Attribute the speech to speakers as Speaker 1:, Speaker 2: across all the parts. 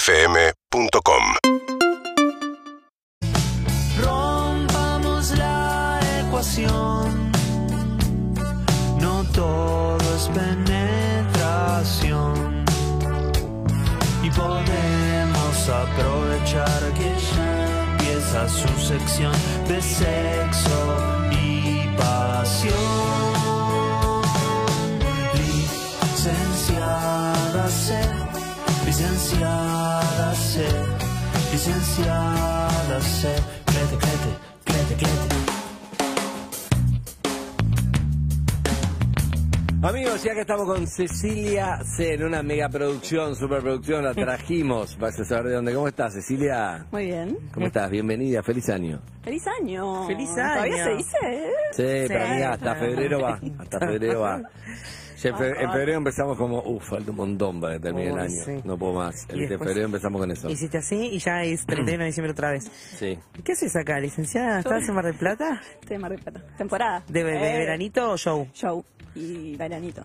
Speaker 1: UrbanaPlayFM.com
Speaker 2: Rompamos la ecuación. No todo es penetración. Y podemos aprovechar que ya empieza su sección de sexo y pasión. Licenciada C, licenciada C, licenciada C, clete, clete, clete, clete.
Speaker 3: Amigos, ya que estamos con Cecilia C en una megaproducción, superproducción, la trajimos. Vas a saber de dónde. ¿Cómo estás, Cecilia?
Speaker 4: Muy bien.
Speaker 5: Eh.
Speaker 3: ¿Cómo estás? Bienvenida, feliz año.
Speaker 4: Feliz año.
Speaker 5: Feliz
Speaker 4: Todavía
Speaker 5: año.
Speaker 4: se dice. ¿eh?
Speaker 3: Sí, pero amiga, hasta febrero va. Hasta febrero va. Ya en, fe- en febrero empezamos como, uff, falta un montón para que termine el
Speaker 5: Uy,
Speaker 3: año.
Speaker 5: sí.
Speaker 3: No puedo más. El
Speaker 5: Y
Speaker 3: de
Speaker 5: después-
Speaker 3: febrero empezamos con eso.
Speaker 5: Hiciste así y ya es 31 de diciembre otra vez.
Speaker 3: Sí.
Speaker 5: ¿Qué haces acá, licenciada? ¿Estás en Mar del Plata?
Speaker 4: Este Mar del Plata. Temporada.
Speaker 5: ¿De, de
Speaker 4: Eh,
Speaker 5: veranito o show?
Speaker 4: Show y veranito.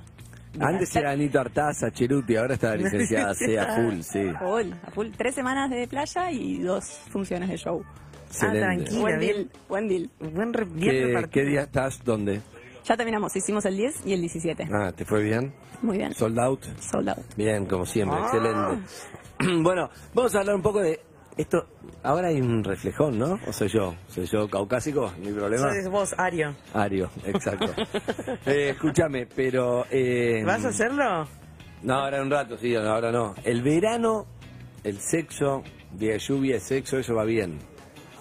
Speaker 3: Antes era Anito Artaza, Cheruti, ahora está la licenciada C a full, sí.
Speaker 4: A Ah, full, a full. Tres semanas de playa y dos funciones de show.
Speaker 3: Excelente.
Speaker 5: Ah, tranquilo.
Speaker 4: Buen
Speaker 5: bien.
Speaker 4: deal, buen deal.
Speaker 5: Buen re- bien
Speaker 3: ¿Qué,
Speaker 5: repartido.
Speaker 3: qué día estás? ¿Dónde?
Speaker 4: Ya terminamos, hicimos el 10 y el 17.
Speaker 3: Ah, ¿te fue bien?
Speaker 4: Muy bien.
Speaker 3: ¿Sold out?
Speaker 4: Sold out.
Speaker 3: Bien, como siempre,
Speaker 5: Ah.
Speaker 3: excelente. Bueno, vamos a hablar un poco de esto. Ahora hay un reflejón, ¿no? ¿O soy yo? ¿Soy yo caucásico? ¿Ni problema?
Speaker 5: Sois vos, Ario.
Speaker 3: Ario, exacto. Eh, escúchame, pero... eh,
Speaker 5: ¿Vas a hacerlo?
Speaker 3: No, ahora en un rato, sí, ahora no. El verano, el sexo, día de lluvia, sexo, eso va bien.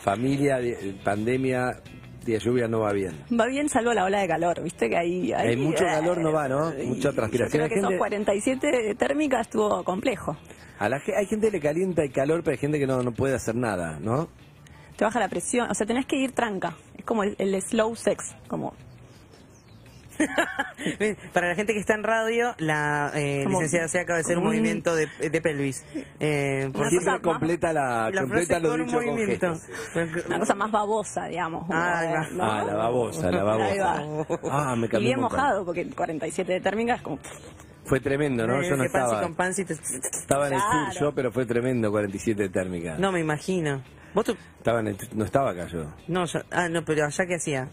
Speaker 3: Familia, di- eh, pandemia, día de lluvia no va bien.
Speaker 4: Va bien salvo la ola de calor, viste que ahí... ahí- eh,
Speaker 3: Hay mucho calor, no va, ¿no?
Speaker 4: Y
Speaker 3: Mucha transpiración.
Speaker 4: Yo creo
Speaker 3: Hay
Speaker 4: que
Speaker 3: gente-
Speaker 4: esos 47 térmicas estuvo complejo.
Speaker 3: A la, ge- hay gente que le calienta el calor, pero hay gente que no, no puede hacer nada, ¿no?
Speaker 4: Te baja la presión, o sea, tenés que ir tranca. Es como el, el slow sex, como
Speaker 5: Eh, Para la gente que está en radio, la eh,
Speaker 4: Como-
Speaker 5: licenciada se acaba de hacer un
Speaker 4: como un-
Speaker 5: movimiento de, de pelvis. Eh, por
Speaker 4: Una
Speaker 5: si-
Speaker 3: Siempre
Speaker 4: cosa-
Speaker 3: completa la,
Speaker 5: la
Speaker 3: completa
Speaker 5: frase
Speaker 3: lo
Speaker 5: con un
Speaker 3: dicho con
Speaker 5: movimiento.
Speaker 3: gestos.
Speaker 4: una cosa más babosa, digamos. como,
Speaker 5: Ah, ahí va.
Speaker 4: ¿no?
Speaker 3: Ah, la babosa, la
Speaker 4: Ahí
Speaker 3: babosa.
Speaker 4: va.
Speaker 3: Ah, me
Speaker 4: Y
Speaker 3: cambió.
Speaker 4: bien mojado, porque el 47 de térmica es como...
Speaker 3: Fue tremendo, ¿no?
Speaker 5: Eh,
Speaker 3: Yo no
Speaker 5: que pan, si
Speaker 3: estaba.
Speaker 5: con pan, si te-
Speaker 3: Estaba en el sur
Speaker 4: Claro.
Speaker 3: yo, pero fue tremendo 47 de térmica.
Speaker 5: No, me imagino. ¿Vos tú?
Speaker 3: Estaba en el- no estaba acá yo.
Speaker 5: No, yo- ah, no, pero allá qué hacía.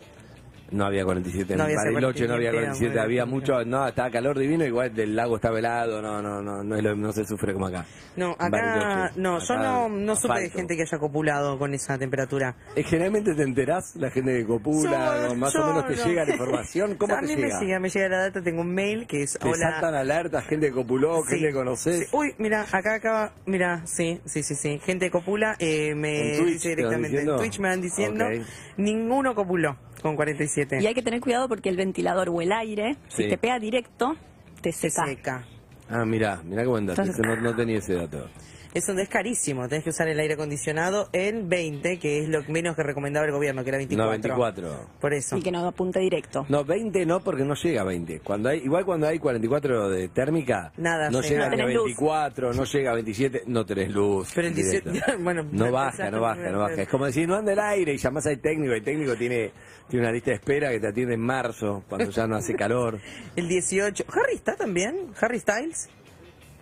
Speaker 3: No había 47 en
Speaker 5: No había esa
Speaker 3: Bariloche, no había 47,
Speaker 5: 47,
Speaker 3: había
Speaker 5: bueno.
Speaker 3: mucho, no, estaba calor divino, igual del lago estaba helado, no, no, no, no, es lo- no se sufre como acá.
Speaker 5: No,
Speaker 3: En
Speaker 5: acá,
Speaker 3: Bariloche.
Speaker 5: no, yo
Speaker 3: Acá,
Speaker 5: no, no supe de
Speaker 3: asfalto.
Speaker 5: gente que haya copulado con esa temperatura.
Speaker 3: Eh, Generalmente te enterás, la gente que copula,
Speaker 5: Yo-
Speaker 3: ¿no? más
Speaker 5: yo
Speaker 3: o menos te
Speaker 5: no.
Speaker 3: llega la información, ¿cómo
Speaker 5: a
Speaker 3: te
Speaker 5: mí
Speaker 3: llega?
Speaker 5: me llega, me llega la data, tengo un mail que es
Speaker 3: Te saltan alertas, gente que copuló,
Speaker 5: Sí,
Speaker 3: gente que conocés.
Speaker 5: sí. Uy, mira, acá acaba, mira, sí, sí, sí, sí. Gente copula eh, me
Speaker 3: En Twitch
Speaker 5: dice
Speaker 3: te van
Speaker 5: directamente,
Speaker 3: diciendo.
Speaker 5: en Twitch me van diciendo,
Speaker 3: Ok.
Speaker 5: ninguno copuló con 47.
Speaker 4: Y hay que tener cuidado porque el ventilador o el aire,
Speaker 3: Sí.
Speaker 4: si te pega directo, te
Speaker 5: Se
Speaker 4: seca.
Speaker 5: seca.
Speaker 3: Ah, mirá, mirá qué buen dato,
Speaker 4: Entonces-
Speaker 3: ese no, no tenía ese dato.
Speaker 5: Es un es carísimo, tenés que usar el aire acondicionado en 20, que es lo menos que recomendaba el gobierno, que era 24.
Speaker 3: No, 24.
Speaker 5: Por eso.
Speaker 4: Y que no apunte directo.
Speaker 3: No, 20 no, porque no llega a 20. Cuando hay, igual cuando hay 44 de térmica,
Speaker 5: Nada
Speaker 3: no llega
Speaker 5: llega.
Speaker 4: No
Speaker 3: ni a
Speaker 4: tenés luz.
Speaker 3: 24, no llega a 27, no tenés luz.
Speaker 5: Pero el 18,
Speaker 3: Directo.
Speaker 5: bueno,
Speaker 3: no
Speaker 5: ya
Speaker 3: baja,
Speaker 5: empezaste
Speaker 3: no baja,
Speaker 5: a
Speaker 3: no baja.
Speaker 5: perder.
Speaker 3: Es como decir, no anda el aire y llamás al técnico. El técnico tiene, tiene una lista de espera que te atiende en marzo, cuando ya no hace calor.
Speaker 5: El 18. ¿Harry está también? ¿Harry Styles?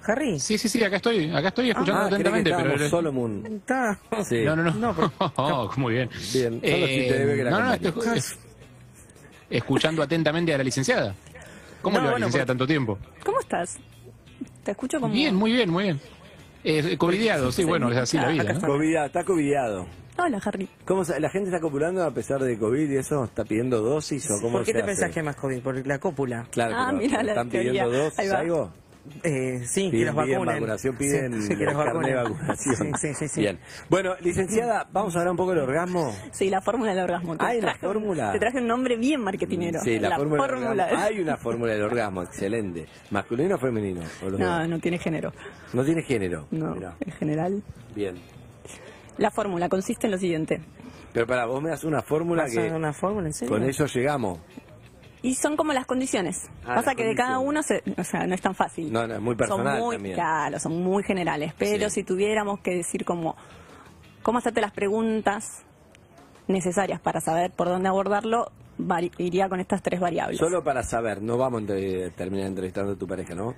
Speaker 5: ¿Harry?
Speaker 6: Sí, sí, sí, acá estoy, acá estoy escuchando
Speaker 3: Ah, creí que
Speaker 6: atentamente, pero...
Speaker 3: estábamos solo Moon.
Speaker 5: Está.
Speaker 3: Sí.
Speaker 6: No, no, no.
Speaker 5: No, pero-
Speaker 6: Oh, muy bien. Eh,
Speaker 3: Bien, solo si te debe que la
Speaker 6: no, no,
Speaker 3: acompañe.
Speaker 6: estoy escu- escuchando atentamente a la licenciada. ¿Cómo
Speaker 5: No,
Speaker 6: le va,
Speaker 5: bueno,
Speaker 6: licenciada,
Speaker 5: porque-
Speaker 6: tanto tiempo?
Speaker 4: ¿Cómo estás? Te escucho como...
Speaker 6: Bien, muy bien, muy bien. Eh, covidiado, sí, bueno, es así la vida. ¿no?
Speaker 3: Covidado, está covidiado.
Speaker 4: Hola, Harry.
Speaker 3: ¿Cómo se- ¿La gente está copulando a pesar de COVID y eso? ¿Está pidiendo dosis o cómo
Speaker 5: ¿Por qué
Speaker 3: se
Speaker 5: te
Speaker 3: hace?
Speaker 5: pensás que hay más COVID? Por la cópula.
Speaker 3: Claro,
Speaker 4: Ah,
Speaker 3: pero
Speaker 4: mirá la
Speaker 3: ¿están
Speaker 4: teoría.
Speaker 3: pidiendo dosis
Speaker 4: Ahí va.
Speaker 3: algo?
Speaker 5: Eh, sí, que
Speaker 3: Piden, piden
Speaker 5: los vacunen.
Speaker 3: vacunación, piden
Speaker 5: Sí, sí, que los
Speaker 3: el carnet de
Speaker 5: vacunen.
Speaker 3: vacunación.
Speaker 5: Sí, sí, sí, sí.
Speaker 3: Bien. Bueno, licenciada, vamos a hablar un poco del orgasmo.
Speaker 4: Sí, la fórmula del orgasmo. Te
Speaker 3: Ay, la
Speaker 4: traje un-
Speaker 3: fórmula.
Speaker 4: Te traje un nombre bien marketinero.
Speaker 3: Sí, la, fórmula. del
Speaker 4: fórmula.
Speaker 3: orgasmo. Hay una fórmula del orgasmo, excelente. ¿Masculino o femenino? ¿O los
Speaker 4: No,
Speaker 3: dos?
Speaker 4: no tiene género.
Speaker 3: No tiene género.
Speaker 4: No,
Speaker 3: Mirá.
Speaker 4: en general.
Speaker 3: Bien.
Speaker 4: La fórmula consiste en lo siguiente.
Speaker 3: Pero para vos me das una fórmula
Speaker 5: ¿Vas a
Speaker 3: que
Speaker 5: dar una fórmula, en serio?
Speaker 3: con eso llegamos.
Speaker 4: Y son como las condiciones.
Speaker 3: Ah,
Speaker 4: Pasa
Speaker 3: las
Speaker 4: que de cada uno, se, o sea, no es tan fácil.
Speaker 3: No, no, es muy personal
Speaker 4: Son muy,
Speaker 3: también.
Speaker 4: claro, son muy generales. Pero
Speaker 3: Sí.
Speaker 4: si tuviéramos que decir como, cómo hacerte las preguntas necesarias para saber por dónde abordarlo, vari- iría con estas tres variables.
Speaker 3: Solo para saber, no vamos a entre- terminar entrevistando a tu pareja, ¿no?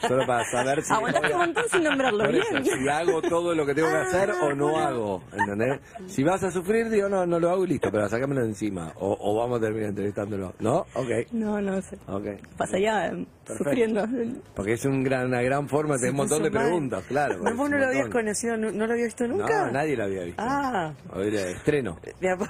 Speaker 3: Solo para saber si...
Speaker 4: Aguantaste un montón sin nombrarlo
Speaker 3: Por eso,
Speaker 4: bien.
Speaker 3: si hago todo lo que tengo
Speaker 5: Ah,
Speaker 3: que hacer o no hago, ¿entendés? Si vas a sufrir, digo, no, no lo hago y listo, pero sacámelo de encima. O, o vamos a terminar entrevistándolo. ¿No? Ok.
Speaker 4: No, no sé.
Speaker 3: Ok.
Speaker 4: Pasaría eh,
Speaker 3: Perfecto.
Speaker 4: sufriendo.
Speaker 3: Porque es un gran, una gran forma, tenés un montón de
Speaker 5: Puso mal.
Speaker 3: preguntas, claro.
Speaker 5: No, vos no lo habías conocido, nu- no lo habías visto nunca.
Speaker 3: No, nadie lo había visto.
Speaker 5: Ah.
Speaker 3: Hoy era estreno.
Speaker 5: De a po-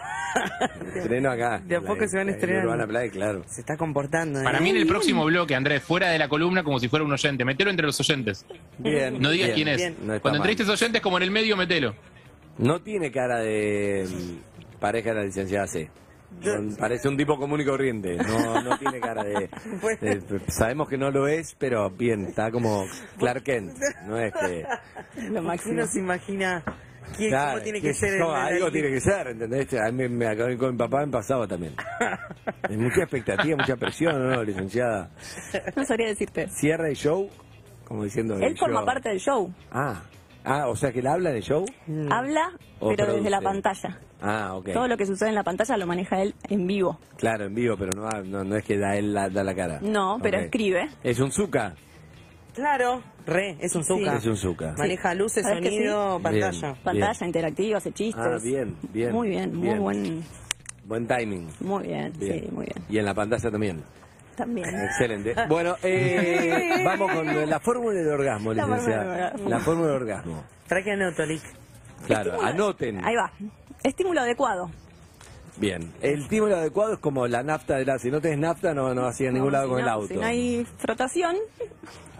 Speaker 3: Estreno acá.
Speaker 5: De a
Speaker 3: La-
Speaker 5: poco se van
Speaker 3: la- en
Speaker 5: estrenando.
Speaker 3: Urbana Play, claro.
Speaker 5: Se está comportando. ¿eh?
Speaker 6: Para mí en el próximo bloque, Andrés, fuera de la columna como si fuera un oyente. Metelo entre los oyentes.
Speaker 3: Bien.
Speaker 6: No digas
Speaker 3: bien,
Speaker 6: quién es.
Speaker 5: bien.
Speaker 3: No está
Speaker 6: Cuando
Speaker 3: mal.
Speaker 6: entrevistes oyentes, como en el medio, metelo.
Speaker 3: No tiene cara de mm, pareja de la licenciada C. Son- parece un tipo común y corriente. No, no tiene cara de,
Speaker 5: Bueno.
Speaker 3: de- Sabemos que no lo es, pero bien, está como Clark Kent. No Este, es que.
Speaker 4: Lo máximo.
Speaker 5: Uno se imagina quién,
Speaker 3: Claro,
Speaker 5: cómo tiene que
Speaker 3: qué sé
Speaker 5: ser. el-
Speaker 3: yo, algo
Speaker 5: el-
Speaker 3: tiene que ser, ¿entendés? Este, A mí me acabé con mi papá, me pasaba también. Hay mucha expectativa, mucha presión, ¿no, licenciada?
Speaker 4: No sabría decirte.
Speaker 3: Cierra el show, como diciendo.
Speaker 4: Él
Speaker 3: el
Speaker 4: forma
Speaker 3: show.
Speaker 4: parte del show.
Speaker 3: Ah, ah, o sea que él habla del show.
Speaker 4: Habla,
Speaker 3: O
Speaker 4: pero desde la
Speaker 3: produce.
Speaker 4: pantalla.
Speaker 3: Ah, ok.
Speaker 4: Todo lo que sucede en la pantalla lo maneja él en vivo.
Speaker 3: Claro, en vivo, pero no, no, no es que da él la, da la cara.
Speaker 4: No, pero
Speaker 3: Ok.
Speaker 4: escribe.
Speaker 3: Es un Zuka.
Speaker 5: Claro, re, es un zuka.
Speaker 3: Es un Zuka.
Speaker 5: Maneja luces,
Speaker 4: ¿Sabes que sí?
Speaker 5: sonido,
Speaker 3: Bien.
Speaker 5: pantalla.
Speaker 4: Pantalla interactiva, hace chistes.
Speaker 3: Ah, bien, bien,
Speaker 4: Muy bien,
Speaker 3: bien.
Speaker 4: muy buen.
Speaker 3: Buen timing.
Speaker 4: Muy bien,
Speaker 3: Bien.
Speaker 4: sí, muy bien. Ah.
Speaker 3: Y en la pantalla también.
Speaker 4: También.
Speaker 3: Excelente. Bueno, eh, vamos con la fórmula del orgasmo,
Speaker 4: La fórmula del
Speaker 3: licenciada.
Speaker 4: orgasmo.
Speaker 3: La fórmula del orgasmo.
Speaker 5: Trae que anoto, Lick.
Speaker 3: Claro, anoten.
Speaker 4: Ahí va. Estímulo adecuado.
Speaker 3: Bien. El estímulo adecuado es como la nafta de la... Si no tenés nafta, no, no vas a ir a ningún
Speaker 4: No,
Speaker 3: lado
Speaker 4: si
Speaker 3: con
Speaker 4: no-
Speaker 3: el auto.
Speaker 4: Si no hay frotación,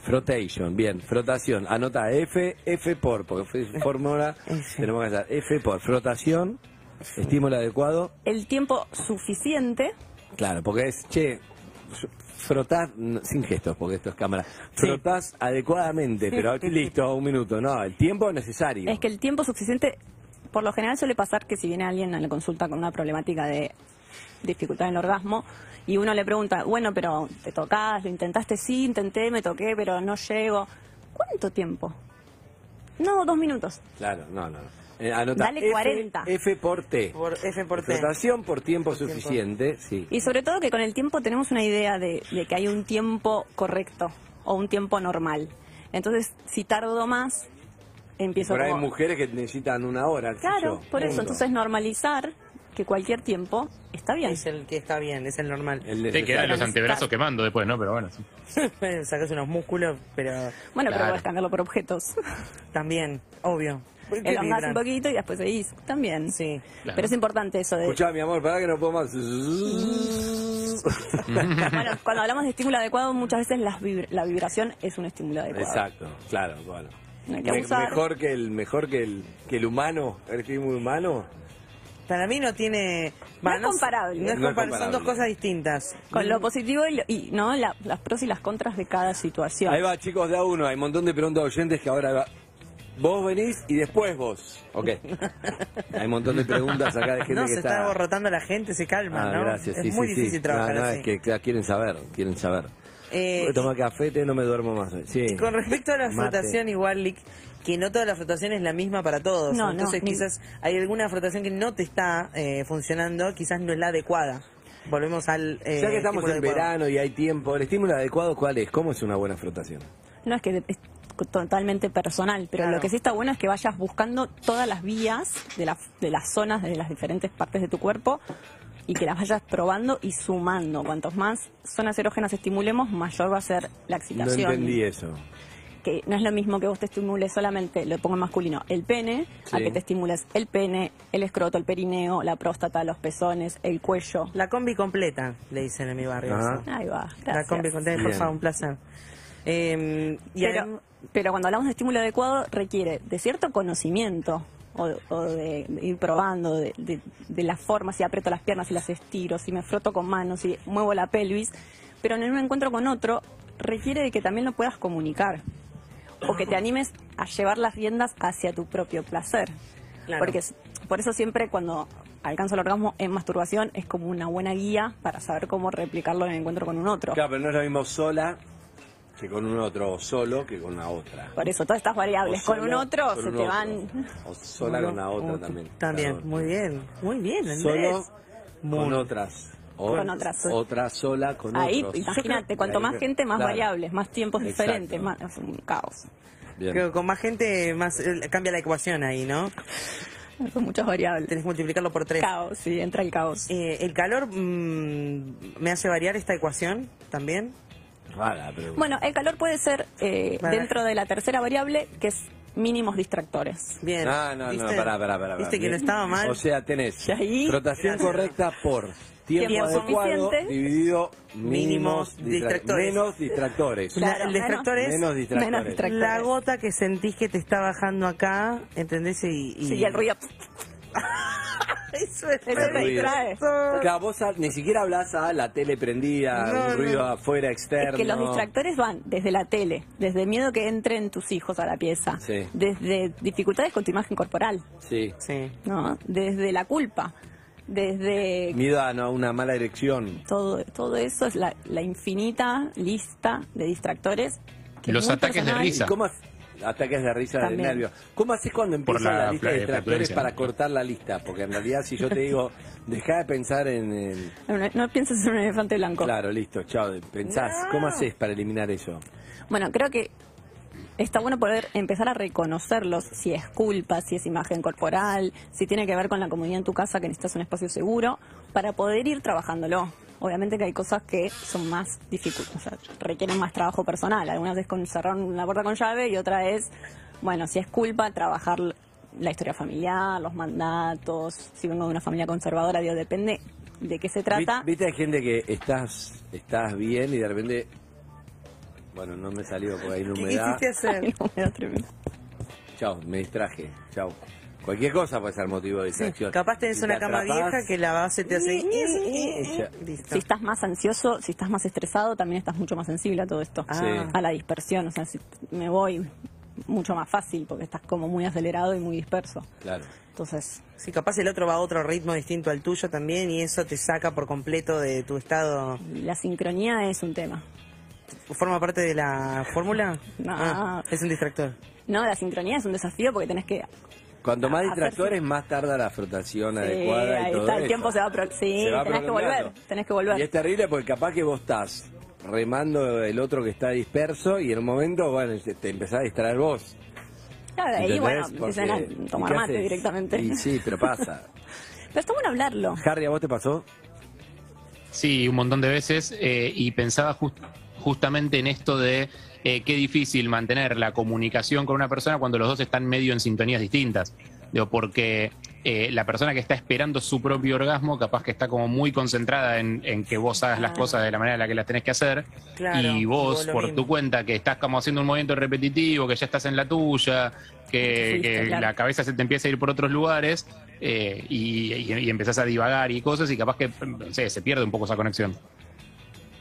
Speaker 3: Frotation, bien, frotación. Anota F, F por, porque fue fórmula tenemos que hacer F por, frotación, estímulo adecuado.
Speaker 4: el tiempo suficiente.
Speaker 3: Claro, porque es, che, frotás, n- sin gestos, porque esto es cámara, frotás adecuadamente, pero listo, un minuto, no, el tiempo necesario.
Speaker 4: Es que el tiempo suficiente, por lo general suele pasar que si viene alguien a la consulta con una problemática de dificultad en el orgasmo y uno le pregunta, bueno, pero te tocás, lo intentaste, sí, intenté, me toqué, pero no llego. ¿Cuánto tiempo? No, dos minutos.
Speaker 3: Claro, no, no. Eh, anota
Speaker 4: Dale
Speaker 3: F,
Speaker 4: 40.
Speaker 3: F por T.
Speaker 5: Por F por T.
Speaker 3: Frotación por tiempo suficiente, sí.
Speaker 4: Y sobre todo que con el tiempo tenemos una idea de, de que hay un tiempo correcto o un tiempo normal. Entonces, si tardo más, empiezo
Speaker 3: Por ahí hay
Speaker 4: como-
Speaker 3: mujeres que necesitan una hora. qué sé
Speaker 4: Claro,
Speaker 3: yo,
Speaker 4: por eso.
Speaker 3: punto.
Speaker 4: Entonces, normalizar que cualquier tiempo está bien.
Speaker 5: Es el que está bien, es el normal.
Speaker 3: El
Speaker 6: Te quedan los
Speaker 3: necesario.
Speaker 6: antebrazos quemando después, ¿no? Pero bueno. sí.
Speaker 5: Sacas unos músculos, pero
Speaker 4: Bueno, pero
Speaker 6: Claro.
Speaker 4: puedes cambiarlo por objetos.
Speaker 5: también, obvio. ¿Por qué
Speaker 4: Elongas
Speaker 5: vibran?
Speaker 4: un poquito y después seguís. También.
Speaker 5: Sí.
Speaker 6: Claro.
Speaker 4: Pero es importante eso de.
Speaker 3: Escuchá, mi amor, para que no puedo más.
Speaker 4: Bueno, cuando hablamos de estímulo adecuado, muchas veces las vibra- la vibración es un estímulo adecuado.
Speaker 3: Exacto, claro, bueno.
Speaker 4: No hay que
Speaker 3: Me-
Speaker 4: abusar.
Speaker 3: mejor que el mejor que el, que el humano, el estímulo humano.
Speaker 5: Para mí no tiene...
Speaker 4: No
Speaker 5: va,
Speaker 4: es
Speaker 5: sé-
Speaker 4: comparable.
Speaker 5: no es
Speaker 3: No es
Speaker 5: comparable, Son dos
Speaker 3: comparable.
Speaker 5: cosas distintas.
Speaker 4: Con lo positivo y, lo- y, no La- las pros y las contras de cada situación.
Speaker 3: Ahí va, chicos, de a uno. Hay un montón de preguntas oyentes que ahora va- Vos venís y después vos. Ok. Hay un montón de preguntas acá de gente
Speaker 5: No,
Speaker 3: que
Speaker 5: se está borrotando la gente, se calma,
Speaker 3: Ah,
Speaker 5: ¿no?
Speaker 3: gracias.
Speaker 5: es
Speaker 3: sí,
Speaker 5: muy
Speaker 3: sí, sí.
Speaker 5: difícil trabajar
Speaker 3: No, no,
Speaker 5: así.
Speaker 3: es que claro, quieren saber, quieren saber.
Speaker 5: Eh,
Speaker 3: Voy a tomar café, té, no me duermo más. hoy. Sí.
Speaker 5: Con respecto a la
Speaker 3: Mate.
Speaker 5: flotación, igual, Lick, que no toda la flotación es la misma para todos.
Speaker 4: No, no,
Speaker 5: Entonces,
Speaker 4: ni-
Speaker 5: quizás hay alguna flotación que no te está eh, funcionando, quizás no es la adecuada. Volvemos al. eh,
Speaker 3: ya que estamos en
Speaker 5: estímulo adecuado.
Speaker 3: verano y hay tiempo, ¿el estímulo adecuado cuál es? ¿Cómo es una buena frotación?
Speaker 4: No es que es totalmente personal, pero
Speaker 5: Claro.
Speaker 4: lo que sí está bueno es que vayas buscando todas las vías de, la- de las zonas, de las diferentes partes de tu cuerpo y que las vayas probando y sumando. Cuantos más zonas erógenas estimulemos, mayor va a ser
Speaker 3: No
Speaker 4: la excitación.
Speaker 3: entendí eso.
Speaker 4: Que no es lo mismo que vos te estimules solamente, lo pongo en masculino, el pene, a
Speaker 3: Sí.
Speaker 4: que te estimules el pene, el escroto, el perineo, la próstata, los pezones, el cuello.
Speaker 5: La combi completa, le dicen en mi barrio.
Speaker 3: Ajá.
Speaker 5: eso.
Speaker 4: Ahí va.
Speaker 5: La
Speaker 4: gracias.
Speaker 5: combi completa, por
Speaker 3: Bien.
Speaker 5: favor, un placer. Eh, y
Speaker 4: pero,
Speaker 5: adem-
Speaker 4: pero cuando hablamos de estímulo adecuado requiere de cierto conocimiento o, o de, de ir probando de, de- de las formas, si aprieto las piernas, si las estiro, si me froto con manos, si muevo la pelvis, pero en un encuentro con otro requiere de que también lo puedas comunicar o que te animes a llevar las riendas hacia tu propio placer.
Speaker 5: Claro.
Speaker 4: Porque es- por eso siempre cuando alcanzo el orgasmo en masturbación es como una buena guía para saber cómo replicarlo en el encuentro con un otro.
Speaker 3: Claro, pero no es lo mismo sola que con un otro, o solo que con una otra.
Speaker 4: Por eso todas estas variables
Speaker 3: O
Speaker 4: con
Speaker 3: sola
Speaker 4: un otro
Speaker 3: con
Speaker 4: se
Speaker 3: un
Speaker 4: te
Speaker 3: otro.
Speaker 4: van
Speaker 3: O sola con la otra
Speaker 5: Otro-
Speaker 3: también.
Speaker 5: También,
Speaker 3: Claro.
Speaker 5: muy bien, muy bien, Andrés.
Speaker 3: Solo con
Speaker 7: Moon.
Speaker 3: otras. O-
Speaker 4: Con otras.
Speaker 3: Otra sola con
Speaker 4: Ahí,
Speaker 3: otros.
Speaker 4: imagínate, cuanto más gente, más
Speaker 3: Claro.
Speaker 4: variables, más tiempos
Speaker 3: Exacto.
Speaker 4: diferentes, más, es un caos.
Speaker 3: Bien.
Speaker 5: Creo que con más gente más eh, cambia la ecuación ahí, ¿no?
Speaker 4: Son muchas variables.
Speaker 5: Tenés que multiplicarlo por tres.
Speaker 4: Caos, sí, entra el caos.
Speaker 5: Eh, ¿El calor mm, me hace variar esta ecuación también?
Speaker 3: Rara, pero.
Speaker 4: Bueno, el calor puede ser eh,
Speaker 5: Vale.
Speaker 4: dentro de la tercera variable, que es mínimos distractores.
Speaker 5: Bien.
Speaker 3: Ah, no, no,
Speaker 5: ¿viste?
Speaker 3: pará, pará, pará.
Speaker 5: Viste que
Speaker 3: Bien.
Speaker 5: no estaba mal.
Speaker 3: O sea, tenés
Speaker 4: Y ahí-
Speaker 3: rotación correcta por tiempo,
Speaker 4: Tiempo
Speaker 3: adecuado
Speaker 4: suficiente.
Speaker 3: dividido mínimos
Speaker 5: Mínimos
Speaker 3: distra-
Speaker 5: distractores.
Speaker 3: Menos distractores.
Speaker 5: La-
Speaker 4: Claro,
Speaker 5: el distractor es
Speaker 3: Menos distractores.
Speaker 4: Menos distractores.
Speaker 5: la gota que sentís que te está bajando acá, ¿entendés? Y, y-
Speaker 4: Sí, y el ruido.
Speaker 5: Eso
Speaker 4: Eso
Speaker 5: es
Speaker 4: te
Speaker 3: ruido.
Speaker 4: distrae.
Speaker 3: Claro, vos a- ni siquiera hablas a la tele prendida,
Speaker 5: No,
Speaker 3: un
Speaker 5: no.
Speaker 3: ruido afuera externo.
Speaker 4: Es que los distractores van desde la tele, desde miedo que entren tus hijos a la pieza,
Speaker 3: Sí.
Speaker 4: desde dificultades con tu imagen corporal,
Speaker 3: Sí.
Speaker 5: Sí.
Speaker 4: ¿no? desde la culpa, desde
Speaker 3: Miedo a no, una mala erección.
Speaker 4: todo, todo eso es la, la infinita lista de distractores. que
Speaker 6: Los
Speaker 4: muy
Speaker 6: ataques de
Speaker 4: personal-
Speaker 6: risa.
Speaker 3: ¿Y cómo haces? Ataques de risa de
Speaker 4: También.
Speaker 3: nervio. ¿Cómo haces cuando
Speaker 6: Por
Speaker 3: empiezan
Speaker 6: la
Speaker 3: la lista
Speaker 6: fla- eh,
Speaker 3: de distractores
Speaker 6: flatulencia.
Speaker 3: para cortar la lista? Porque en realidad, si yo te digo, deja de pensar en. en-
Speaker 4: No, no pienses en un elefante blanco.
Speaker 3: Claro, listo, chao. Pensás, ¿cómo haces para eliminar eso?
Speaker 4: Bueno, creo que está bueno poder empezar a reconocerlos, si es culpa, si es imagen corporal, si tiene que ver con la comunidad en tu casa, que necesitas un espacio seguro, para poder ir trabajándolo. Obviamente que hay cosas que son más difíciles, o sea, requieren más trabajo personal. Algunas es con cerrar una puerta con llave y otra es, bueno, si es culpa, trabajar la historia familiar, los mandatos, si vengo de una familia conservadora, digo, depende de qué se trata.
Speaker 3: Vi- Viste, hay gente que estás, estás bien y de repente. Bueno, no me salió porque hay una
Speaker 5: ¿Qué
Speaker 3: humedad.
Speaker 5: quisiste hacer?
Speaker 4: Ay, no, me da tremendo.
Speaker 3: Chao, me distraje. Chao. Cualquier cosa puede ser motivo de distracción.
Speaker 5: Capaz tenés
Speaker 3: Si te
Speaker 5: una cama
Speaker 3: atrapás,
Speaker 5: vieja que la base te hace...
Speaker 3: Ya.
Speaker 5: Listo.
Speaker 4: Si estás más ansioso, si estás más estresado, también estás mucho más sensible a todo esto,
Speaker 3: Sí.
Speaker 4: a la dispersión. O sea, si me voy mucho más fácil porque estás como muy acelerado y muy disperso.
Speaker 3: Claro.
Speaker 4: Entonces,
Speaker 5: Sí, capaz el otro va a otro ritmo distinto al tuyo también y eso te saca por completo de tu estado.
Speaker 4: la sincronía es un tema.
Speaker 5: ¿Forma parte de la fórmula?
Speaker 4: No.
Speaker 5: Ah, es un distractor.
Speaker 4: No, la sincronía es un desafío porque tenés que...
Speaker 3: Cuanto más
Speaker 4: A-
Speaker 3: distractores, más tarda la frotación
Speaker 4: Sí,
Speaker 3: adecuada. y
Speaker 4: eh, ahí
Speaker 3: todo
Speaker 4: está, el
Speaker 3: eso.
Speaker 4: tiempo se va pro- sí,
Speaker 3: Se va
Speaker 4: tenés que
Speaker 3: prolongando.
Speaker 4: volver, tenés que volver.
Speaker 3: Y es terrible porque capaz que vos estás remando el otro que está disperso y en un momento, bueno, te, te empezás a distraer vos.
Speaker 4: Claro, ahí,
Speaker 3: ¿entendés?
Speaker 4: bueno,
Speaker 3: Porque-
Speaker 4: empiezan a tomar
Speaker 3: ¿y qué
Speaker 4: mate
Speaker 3: haces?
Speaker 4: directamente.
Speaker 3: Y sí, pero pasa.
Speaker 4: Pero está bueno hablarlo.
Speaker 3: Harry, ¿a vos te pasó?
Speaker 6: Sí, un montón de veces. eh, y pensaba jus- justamente en esto de eh, qué difícil mantener la comunicación con una persona cuando los dos están medio en sintonías distintas. Digo, porque eh, la persona que está esperando su propio orgasmo, capaz que está como muy concentrada en, en que vos hagas las
Speaker 4: Claro.
Speaker 6: cosas de la manera en la que las tenés que hacer.
Speaker 5: Claro,
Speaker 6: y vos,
Speaker 5: vos lo
Speaker 6: por
Speaker 5: mismo.
Speaker 6: tu cuenta, que estás como haciendo un movimiento repetitivo, que ya estás en la tuya, que,
Speaker 4: Sí,
Speaker 6: que
Speaker 4: claro.
Speaker 6: la cabeza se te empieza a ir por otros lugares eh, y, y- y empezás a divagar y cosas y capaz que no sé, se pierde un poco esa conexión.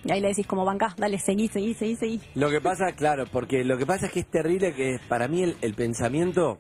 Speaker 4: Y ahí le decís como banca, dale, seguí, seguí, seguí, seguí.
Speaker 3: Lo que pasa, claro, porque lo que pasa es que es terrible que para mí el, el pensamiento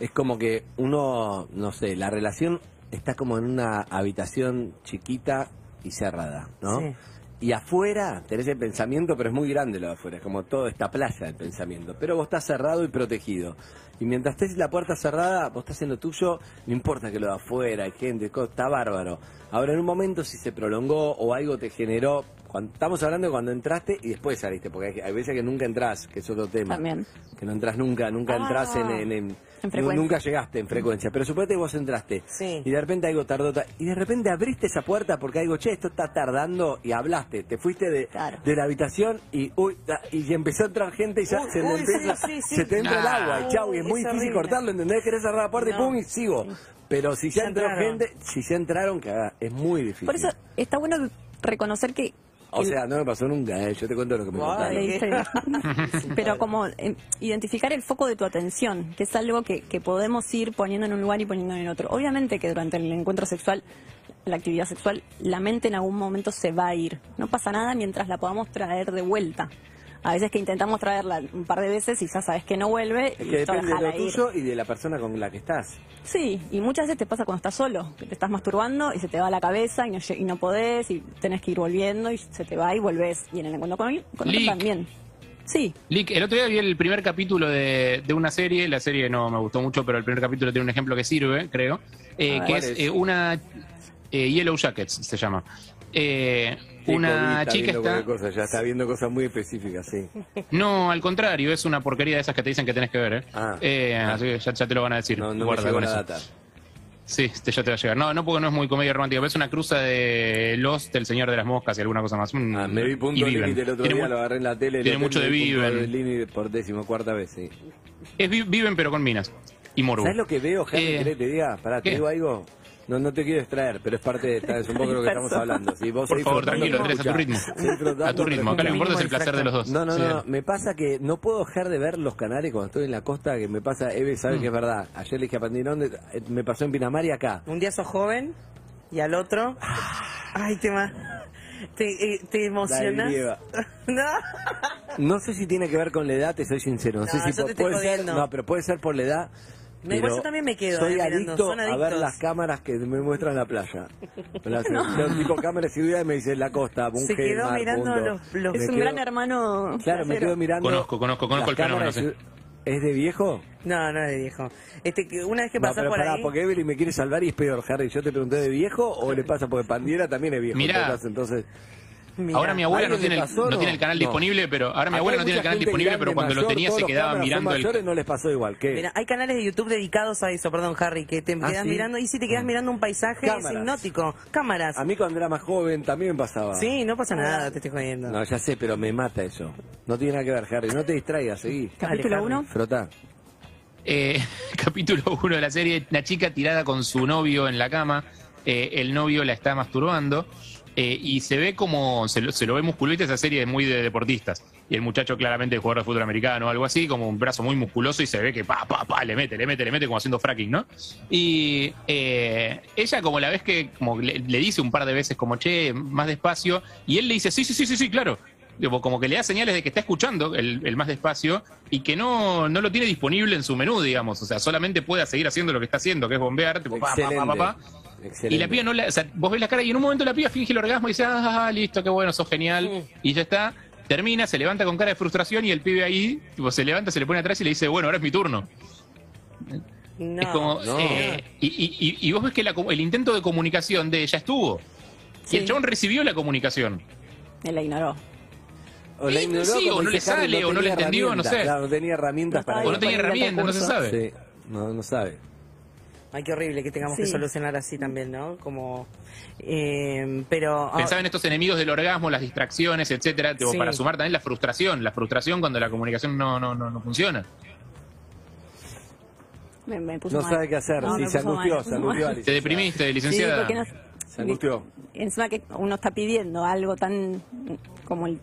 Speaker 3: es como que uno, no sé, la relación está como en una habitación chiquita y cerrada, ¿no?
Speaker 5: Sí.
Speaker 3: Y afuera tenés el pensamiento, pero es muy grande lo de afuera, es como toda esta playa del pensamiento. Pero vos estás cerrado y protegido. Y mientras estés la puerta cerrada, vos estás haciendo tuyo, no importa que lo de afuera, hay gente, co- está bárbaro. Ahora, en un momento, si se prolongó o algo te generó, cuando- estamos hablando de cuando entraste y después saliste, porque hay, hay veces que nunca entras, que es otro tema.
Speaker 4: También.
Speaker 3: Que no entras nunca, nunca
Speaker 4: Ah.
Speaker 3: entras en, en- en-
Speaker 4: En frecuencia.
Speaker 3: Nunca llegaste en frecuencia, pero suponete que vos entraste
Speaker 5: Sí.
Speaker 3: y de repente algo tardó. ta- Y de repente abriste esa puerta porque algo, che, esto está tardando y hablaste. Te fuiste de,
Speaker 4: Claro.
Speaker 3: de la habitación y, uy, ta- y empezó a entrar gente y ya
Speaker 5: Uy,
Speaker 3: se, le
Speaker 5: uy,
Speaker 3: empieza-
Speaker 5: sí, sí, sí.
Speaker 3: se te entra el agua. Y
Speaker 5: Uy,
Speaker 3: chau, y es muy
Speaker 5: es
Speaker 3: difícil
Speaker 5: horrible.
Speaker 3: cortarlo, ¿entendés? Querés cerrar la puerta y
Speaker 5: No.
Speaker 3: pum, y sigo. Pero si ya,
Speaker 5: Ya
Speaker 3: entró
Speaker 5: entraron.
Speaker 3: gente, si ya entraron, cagá, es muy difícil.
Speaker 4: Por eso está bueno reconocer que...
Speaker 3: o
Speaker 4: el-
Speaker 3: sea, no me pasó nunca, eh, yo te cuento lo que me
Speaker 5: Guay.
Speaker 3: contaron.
Speaker 4: Le
Speaker 5: Ay,
Speaker 4: dice- Pero como eh, identificar el foco de tu atención, que es algo que, que podemos ir poniendo en un lugar y poniendo en el otro. Obviamente que durante el encuentro sexual, la actividad sexual, la mente en algún momento se va a ir. No pasa nada mientras la podamos traer de vuelta. A veces que intentamos traerla un par de veces y ya sabes que no vuelve
Speaker 3: Es
Speaker 4: y
Speaker 3: que
Speaker 4: esto
Speaker 3: depende de
Speaker 4: dejala
Speaker 3: lo
Speaker 4: ir.
Speaker 3: tuyo y de la persona con la que estás.
Speaker 4: Sí, y muchas veces te pasa cuando estás solo, que te estás masturbando y se te va la cabeza y no, lle- y no podés y tenés que ir volviendo y se te va y volvés. Y en el encuentro con, con otro
Speaker 6: Lick.
Speaker 4: también. Sí,
Speaker 6: Lick, el otro día vi el primer capítulo de, de una serie, la serie no me gustó mucho, pero el primer capítulo tiene un ejemplo que sirve, creo, eh,
Speaker 3: Ah,
Speaker 6: que
Speaker 3: ¿cuál
Speaker 6: es,
Speaker 3: es?
Speaker 6: eh, una eh, Yellow Jackets se llama. Eh,
Speaker 3: Sí, COVID
Speaker 6: una
Speaker 3: está
Speaker 6: chica
Speaker 3: viendo
Speaker 6: está...
Speaker 3: cualquier cosa, ya está viendo cosas muy específicas, sí.
Speaker 6: No, al contrario, es una porquería de esas que te dicen que tenés que ver, ¿eh?
Speaker 3: Ah.
Speaker 6: Eh, Así que ya, ya te lo van a decir.
Speaker 3: No, no
Speaker 6: Guarda
Speaker 3: me llegó
Speaker 6: con
Speaker 3: la
Speaker 6: eso.
Speaker 3: data.
Speaker 6: Sí, este ya te va a llegar. No, no porque no es muy comedia romántica, pero es una cruza de Lost, El Señor de las Moscas y alguna cosa más. Un-
Speaker 3: Ah, me vi
Speaker 6: Mm, y
Speaker 3: punto
Speaker 6: Viven.
Speaker 3: límite el otro
Speaker 6: Tiene
Speaker 3: día,
Speaker 6: mu-
Speaker 3: lo agarré en la tele. lo
Speaker 6: tiene
Speaker 3: tengo
Speaker 6: mucho de
Speaker 3: en punto
Speaker 6: Viven.
Speaker 3: límite por decimocuarta vez, sí.
Speaker 6: Es Vi- Viven pero con minas y morbo.
Speaker 3: ¿Sabes lo que veo, Jaime?
Speaker 6: Eh,
Speaker 3: ¿Querés que te diga? Pará, ¿te
Speaker 6: ¿qué?
Speaker 3: digo algo? No, no te quiero extraer, pero es parte de esta- es un poco lo que estamos
Speaker 4: Disperso.
Speaker 3: hablando. ¿sí? Vos
Speaker 6: Por
Speaker 3: seguís
Speaker 6: favor,
Speaker 3: frotando,
Speaker 6: tranquilo,
Speaker 3: pero
Speaker 6: Andrés, a tu ritmo.
Speaker 3: escuchá. Seguís frotando,
Speaker 6: A tu
Speaker 3: pero
Speaker 6: ritmo. Acá lo que
Speaker 3: escuchá.
Speaker 6: importa es el placer de los dos.
Speaker 3: No, no,
Speaker 6: Sí.
Speaker 3: no, me pasa que no puedo dejar de ver los canales cuando estoy en la costa, que me pasa, Eve
Speaker 6: Mm.
Speaker 3: sabe que es verdad. Ayer le dije a Pandirón, de- eh, me pasó en Pinamar y acá.
Speaker 5: Un día sos joven y al otro.
Speaker 6: Ah.
Speaker 5: Ay, te ma- Te, eh, te emocionas.
Speaker 3: griega.
Speaker 5: no.
Speaker 3: No sé si tiene que ver con la edad, te soy sincero. No, sé
Speaker 5: No,
Speaker 3: si
Speaker 5: yo
Speaker 3: po-
Speaker 5: te estoy
Speaker 3: puede ser,
Speaker 5: jodiendo.
Speaker 3: no, pero puede ser por la edad.
Speaker 5: Me- pues,
Speaker 3: pero
Speaker 5: yo también me quedo,
Speaker 3: Soy
Speaker 5: eh, mirando,
Speaker 3: adicto
Speaker 5: son
Speaker 3: a ver
Speaker 5: adictos.
Speaker 3: las cámaras que me muestran la playa. Me las- tengo tipo cámara de seguridad y me dice la costa, un
Speaker 5: Se
Speaker 3: gel,
Speaker 5: quedó
Speaker 3: mar,
Speaker 5: mirando
Speaker 3: mundo.
Speaker 5: los- los-
Speaker 3: Me
Speaker 4: Es un
Speaker 3: quedo-
Speaker 4: gran hermano.
Speaker 3: Claro, me
Speaker 4: placero.
Speaker 3: quedo mirando.
Speaker 6: Conozco, conozco, conozco
Speaker 3: las
Speaker 6: el fenómeno,
Speaker 3: cámaras de
Speaker 6: sí.
Speaker 3: ciu- ¿Es de viejo?
Speaker 5: No, no es de viejo. Este, que una vez que
Speaker 3: No,
Speaker 5: pasás
Speaker 3: pero
Speaker 5: por
Speaker 3: pará,
Speaker 5: ahí.
Speaker 3: porque Evelyn me quiere salvar y es peor, Harry. Yo te pregunté de viejo o le pasa porque Pandiera también es viejo.
Speaker 6: Mirá.
Speaker 3: Entonces, entonces
Speaker 5: Mirá.
Speaker 6: Ahora mi abuela
Speaker 3: ¿Alguien
Speaker 6: no
Speaker 3: le
Speaker 6: tiene, el,
Speaker 3: pasó,
Speaker 6: no
Speaker 3: no?
Speaker 6: tiene el canal
Speaker 3: No.
Speaker 6: disponible, pero ahora mi
Speaker 3: Acá
Speaker 6: abuela
Speaker 3: hay
Speaker 6: no tiene el
Speaker 3: mucha
Speaker 6: canal
Speaker 3: gente
Speaker 6: disponible,
Speaker 3: grande,
Speaker 6: pero cuando lo
Speaker 3: mayor,
Speaker 6: tenía
Speaker 3: todos
Speaker 6: se
Speaker 3: los
Speaker 6: quedaba
Speaker 3: cámaras son
Speaker 6: mirando el
Speaker 3: mayores no les pasó igual, ¿qué?
Speaker 5: Mirá, hay canales de YouTube dedicados a eso, perdón, Harry, que te
Speaker 3: Ah,
Speaker 5: quedas
Speaker 3: ¿sí?
Speaker 5: mirando y si te quedas mirando un paisaje
Speaker 3: Cámaras. Ah,
Speaker 5: es hipnótico. Cámaras.
Speaker 3: A mí cuando era más joven también me pasaba.
Speaker 5: Sí, no pasa nada, te estoy jodiendo.
Speaker 3: No, ya sé, pero me mata eso. No tiene nada que ver, Harry. No te distraigas, seguí.
Speaker 4: Capítulo 1.
Speaker 3: Frotá.
Speaker 6: Eh, capítulo 1 de la serie, la chica tirada con su novio en la cama, eh, el novio la está masturbando eh, y se ve como, se lo, se lo ve musculista, esa serie es muy de deportistas. Y el muchacho claramente es jugador de fútbol americano o algo así, como un brazo muy musculoso y se ve que pa, pa, pa, le mete, le mete, le mete como haciendo fracking, ¿no? Y eh, ella como la vez que como le, le dice un par de veces como, che, más despacio, y él le dice, sí, sí, sí, sí, sí, claro. Digo, como que le da señales de que está escuchando el, el más despacio y que no, no lo tiene disponible en su menú, digamos. O sea, solamente pueda seguir haciendo lo que está haciendo, que es bombear, tipo, pa, pa, pa, pa, pa.
Speaker 3: Excelente.
Speaker 6: Y la piba no la. O sea, vos ves la cara y en un momento la piba finge el orgasmo y dice, ah, listo, qué bueno, sos genial. Y ya está. Termina, se levanta con cara de frustración y el pibe ahí, tipo, se levanta, se le pone atrás y le dice, bueno, ahora es mi turno.
Speaker 5: No.
Speaker 6: es como.
Speaker 3: no.
Speaker 6: eh, y, y- y- y vos ves que la co- el intento de comunicación de ella estuvo.
Speaker 4: Sí.
Speaker 6: Y el chabón recibió la comunicación.
Speaker 4: Él la ignoró.
Speaker 3: O la
Speaker 6: Sí,
Speaker 3: ignoró,
Speaker 6: sí,
Speaker 3: como
Speaker 6: o no
Speaker 3: dice
Speaker 6: le
Speaker 3: Harry,
Speaker 6: sale, o no le
Speaker 3: tenía
Speaker 6: entendió, no sé.
Speaker 3: herramientas. Claro, no tenía herramientas
Speaker 4: No
Speaker 3: para...
Speaker 4: estaba
Speaker 6: O no tenía
Speaker 4: disponible el
Speaker 6: herramientas, no se
Speaker 4: concurso.
Speaker 6: sabe.
Speaker 3: Sí. No, no sabe.
Speaker 5: Ay, qué horrible que tengamos
Speaker 4: Sí.
Speaker 5: que solucionar así también, ¿no? Como. eh, pero. ah,
Speaker 6: Pensaba en estos enemigos del orgasmo, las distracciones, etcétera, tipo,
Speaker 5: Sí.
Speaker 6: para sumar también la frustración, la frustración cuando la comunicación no, no, no, no funciona.
Speaker 4: Me, me puso
Speaker 3: No
Speaker 4: mal.
Speaker 3: sabe qué hacer.
Speaker 4: No,
Speaker 3: sí,
Speaker 4: me
Speaker 3: se
Speaker 4: puso mal,
Speaker 3: angustió,
Speaker 4: me puso
Speaker 3: se angustió. la
Speaker 4: mal.
Speaker 6: Te
Speaker 3: licenciada.
Speaker 6: deprimiste,
Speaker 4: Sí,
Speaker 6: licenciada.
Speaker 4: porque no-
Speaker 3: Se angustió.
Speaker 4: Encima que uno está pidiendo algo tan como el,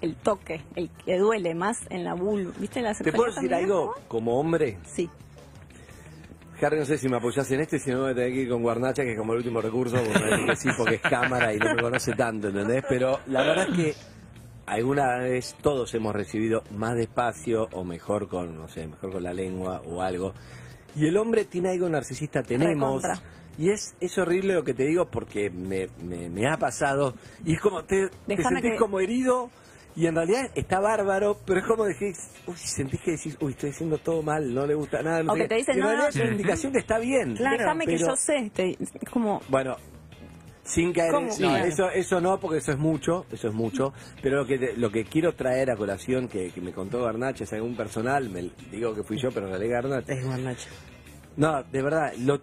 Speaker 4: el toque, el que duele más en la vulva. ¿Viste la
Speaker 3: ¿Te puedo
Speaker 4: cercanía
Speaker 3: decir
Speaker 4: también,
Speaker 3: algo como hombre?
Speaker 4: no? Sí.
Speaker 3: Harry, no sé si me apoyás en este, si no voy a tener que ir con Guarnacha, que es como el último recurso, porque, me- sí, porque es cámara y no me conoce tanto, ¿entendés? Pero la verdad es que alguna vez todos hemos recibido más despacio o mejor con, no sé, mejor con la lengua o algo. Y el hombre tiene algo narcisista, tenemos.
Speaker 4: Recontra.
Speaker 3: Y es, es horrible lo que te digo porque me, me- me ha pasado. Y es como, te, te
Speaker 4: Déjame
Speaker 3: sentís
Speaker 4: que-
Speaker 3: como herido. Y en realidad está bárbaro, pero es como decís, uy, sentís que decís, uy, estoy haciendo todo mal, no le gusta nada. no
Speaker 4: O
Speaker 3: sé
Speaker 4: que
Speaker 3: qué.
Speaker 4: te dicen,
Speaker 3: Y en
Speaker 4: no, no,
Speaker 3: realidad es una
Speaker 4: sí.
Speaker 3: indicación que está bien.
Speaker 5: Claro,
Speaker 4: Déjame que
Speaker 3: pero-
Speaker 4: yo sé. Te, como,
Speaker 3: Bueno, sin caer en...
Speaker 5: ¿Cómo?
Speaker 3: no,
Speaker 5: Claro.
Speaker 3: eso, eso no, porque eso es mucho, eso es mucho. Pero lo que, te- lo que quiero traer a colación, que, que me contó Garnacha, es algún personal, me digo que fui yo, pero en realidad Garnacha.
Speaker 5: Es Guarnacha.
Speaker 3: No, de verdad, lo,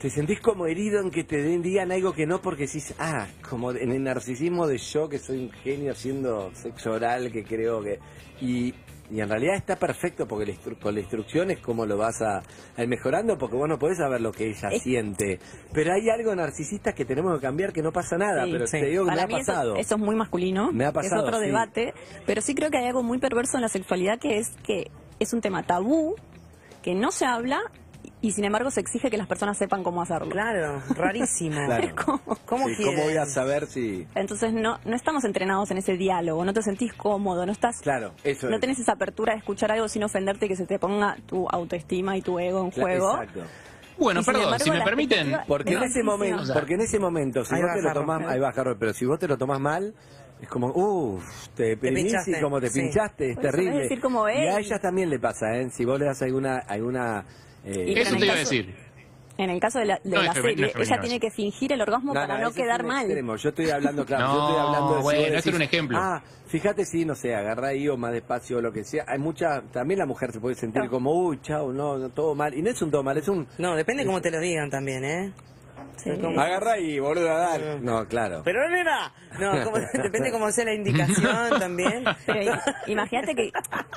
Speaker 3: te sentís como herido en que te den- digan algo que no porque decís, ah, como en el narcisismo de yo que soy un genio haciendo sexo oral, que creo que... Y, y en realidad está perfecto porque la instru- con la instrucción es como lo vas a, a ir mejorando porque vos no podés saber lo que ella
Speaker 4: Es-
Speaker 3: siente. Pero hay algo narcisista que tenemos que cambiar que no pasa nada,
Speaker 5: Sí,
Speaker 3: pero
Speaker 5: sí.
Speaker 3: te digo que me
Speaker 4: Para
Speaker 3: ha
Speaker 4: mí eso-
Speaker 3: pasado.
Speaker 4: Eso, es muy masculino.
Speaker 3: Me ha pasado,
Speaker 4: Es otro
Speaker 3: sí.
Speaker 4: debate. Pero sí creo que hay algo muy perverso en la sexualidad que es que es un tema tabú, que no se habla y sin embargo se exige que las personas sepan cómo hacerlo.
Speaker 5: Claro, rarísimo.
Speaker 3: Claro.
Speaker 5: ¿Cómo
Speaker 3: Sí,
Speaker 5: quieren?
Speaker 3: voy a saber si...?
Speaker 4: Entonces no, no estamos entrenados en ese diálogo, no te sentís cómodo, no estás...
Speaker 3: Claro, eso
Speaker 4: No
Speaker 3: es.
Speaker 4: tenés esa apertura de escuchar algo sin ofenderte y que se te ponga tu autoestima y tu ego en
Speaker 3: Cla-
Speaker 4: juego.
Speaker 3: Exacto.
Speaker 6: Bueno,
Speaker 4: Y sin
Speaker 6: perdón,
Speaker 4: embargo,
Speaker 6: si me
Speaker 4: la
Speaker 6: permiten,
Speaker 4: expectativa-
Speaker 3: Porque en
Speaker 4: No,
Speaker 3: ese
Speaker 4: sí,
Speaker 3: momento,
Speaker 4: sí,
Speaker 6: no.
Speaker 3: porque en ese momento, si
Speaker 5: Ahí
Speaker 3: vos
Speaker 5: va
Speaker 3: te lo
Speaker 5: Jarro.
Speaker 3: tomás, ahí va Jarro, pero si vos te lo tomás mal, es como, uff, te, pinchás y
Speaker 5: pinchaste,
Speaker 3: como te
Speaker 5: sí.
Speaker 3: pinchaste, es
Speaker 4: Por eso
Speaker 3: terrible.
Speaker 4: es decir como,
Speaker 3: y a
Speaker 4: "Ey".
Speaker 3: ellas también le pasa, ¿eh? Si vos le das alguna, alguna eh,
Speaker 4: Y
Speaker 6: eso
Speaker 4: pero
Speaker 6: te
Speaker 4: en
Speaker 6: iba a
Speaker 4: caso-
Speaker 6: decir.
Speaker 4: En el caso de la, de
Speaker 6: No es
Speaker 4: la
Speaker 6: femen- no
Speaker 4: serie,
Speaker 6: es
Speaker 4: ella
Speaker 6: femenino
Speaker 4: tiene que fingir el orgasmo para no
Speaker 3: ese es
Speaker 4: quedar
Speaker 3: un
Speaker 4: mal.
Speaker 3: extremo. Yo estoy hablando, claro,
Speaker 6: No,
Speaker 3: yo estoy hablando de si
Speaker 6: bueno,
Speaker 3: vos
Speaker 6: ese era un ejemplo.
Speaker 3: Ah, fíjate si, no sé, agarra ahí o más despacio o lo que sea. Hay mucha, también la mujer se puede sentir como, uy, chao, no, no, todo mal. Y no es un todo mal, es un
Speaker 5: No, depende cómo te lo digan también, ¿eh?
Speaker 4: Sí.
Speaker 3: agarra ahí, boludo, dale. No, claro.
Speaker 5: Pero nena, no, como- depende cómo sea la indicación también.
Speaker 4: Pero i- imagínate que,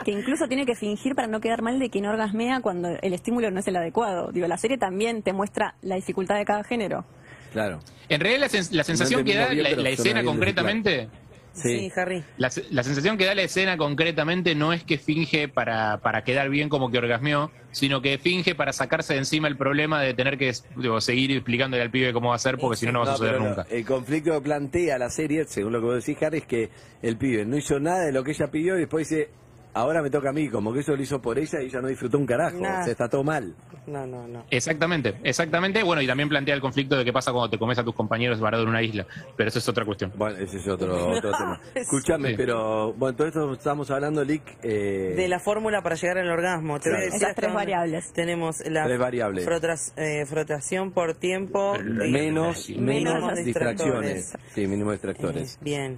Speaker 4: que incluso tiene que fingir para no quedar mal de quien orgasmea cuando el estímulo no es el adecuado. Digo, la serie también te muestra la dificultad de cada género.
Speaker 3: Claro.
Speaker 6: En realidad la, sens- la sensación que da
Speaker 3: entendimos bien,
Speaker 6: la-
Speaker 3: pero
Speaker 6: la,
Speaker 3: suena
Speaker 6: escena
Speaker 3: bien lo que-
Speaker 6: concretamente,
Speaker 5: Sí, Harry.
Speaker 6: la, se- la sensación que da la escena concretamente no es que finge para, para quedar bien como que orgasmeó, sino que finge para sacarse de encima el problema de tener que digo, seguir explicándole al pibe cómo va a hacer porque si no no va a
Speaker 3: No,
Speaker 6: suceder
Speaker 3: pero no.
Speaker 6: nunca.
Speaker 3: El conflicto que plantea la serie, según lo que vos decís, Harry, es que el pibe no hizo nada de lo que ella pidió y después dice, ahora me toca a mí, como que eso lo hizo por ella y ella no disfrutó un carajo.
Speaker 5: Nah.
Speaker 3: O sea, está todo mal.
Speaker 5: No, no, no.
Speaker 6: Exactamente, exactamente. Bueno, y también plantea el conflicto de qué pasa cuando te comes a tus compañeros varado en una isla, pero eso es otra cuestión.
Speaker 3: Bueno, ese es otro, otro tema. Escuchame,
Speaker 6: Sí.
Speaker 3: pero bueno, todo esto estamos hablando, Lick, eh,
Speaker 5: De la fórmula para llegar al orgasmo. Te
Speaker 3: Claro.
Speaker 5: voy a decir
Speaker 4: Esas
Speaker 5: hasta
Speaker 4: tres
Speaker 5: dónde.
Speaker 4: variables.
Speaker 5: Tenemos la
Speaker 3: Tres variables.
Speaker 5: frotras- eh, frotación por tiempo. y-
Speaker 3: menos,
Speaker 6: Menos
Speaker 3: menos
Speaker 5: distractores.
Speaker 3: distracciones. Sí, mínimo distractores.
Speaker 5: Eh, bien.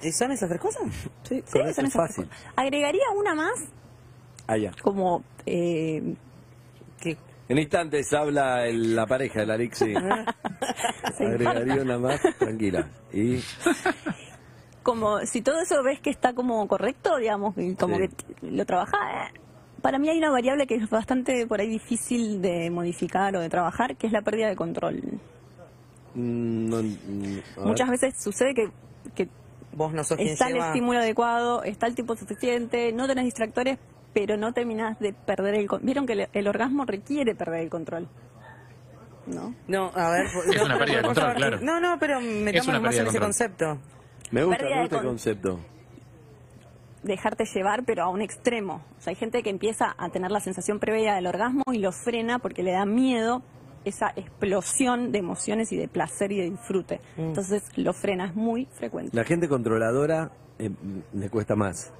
Speaker 5: ¿Y ¿Son esas tres cosas?
Speaker 4: Sí,
Speaker 3: con eso es
Speaker 4: esas
Speaker 3: fácil.
Speaker 4: cosas. Agregaría una más
Speaker 3: Allá.
Speaker 4: como... eh,
Speaker 5: Que
Speaker 3: En instantes habla el- la pareja de la Lick, sí. Agregaría una más, tranquila. Y
Speaker 4: como si todo eso ves que está como correcto, digamos, y como
Speaker 3: Sí.
Speaker 4: que t- lo trabaja. eh, Para mí hay una variable que es bastante por ahí difícil de modificar o de trabajar, que es la pérdida de control.
Speaker 3: Mm, no, mm, a ver.
Speaker 4: Muchas veces sucede que, que
Speaker 5: vos no sos quien
Speaker 4: está el
Speaker 5: lleva.
Speaker 4: estímulo adecuado, está el tiempo suficiente, no tenés distractores, pero no terminás de perder el control. Vieron que el, el orgasmo requiere perder el control. ¿No?
Speaker 5: No, a ver.
Speaker 6: Es
Speaker 5: no,
Speaker 6: una
Speaker 5: por-
Speaker 6: pérdida de
Speaker 5: por
Speaker 6: control,
Speaker 5: favor,
Speaker 6: claro.
Speaker 5: No, no, pero metámonos
Speaker 6: una
Speaker 5: más
Speaker 6: pérdida
Speaker 5: en
Speaker 6: de
Speaker 5: ese
Speaker 6: control.
Speaker 5: concepto.
Speaker 3: Me gusta,
Speaker 4: Pérdida
Speaker 3: me
Speaker 4: de
Speaker 3: gusta el
Speaker 4: con-
Speaker 3: concepto.
Speaker 4: Dejarte llevar, pero a un extremo. O sea, hay gente que empieza a tener la sensación previa del orgasmo y lo frena porque le da miedo esa explosión de emociones y de placer y de disfrute. Entonces lo frena, es muy frecuente.
Speaker 3: La gente controladora eh, mm, le cuesta más.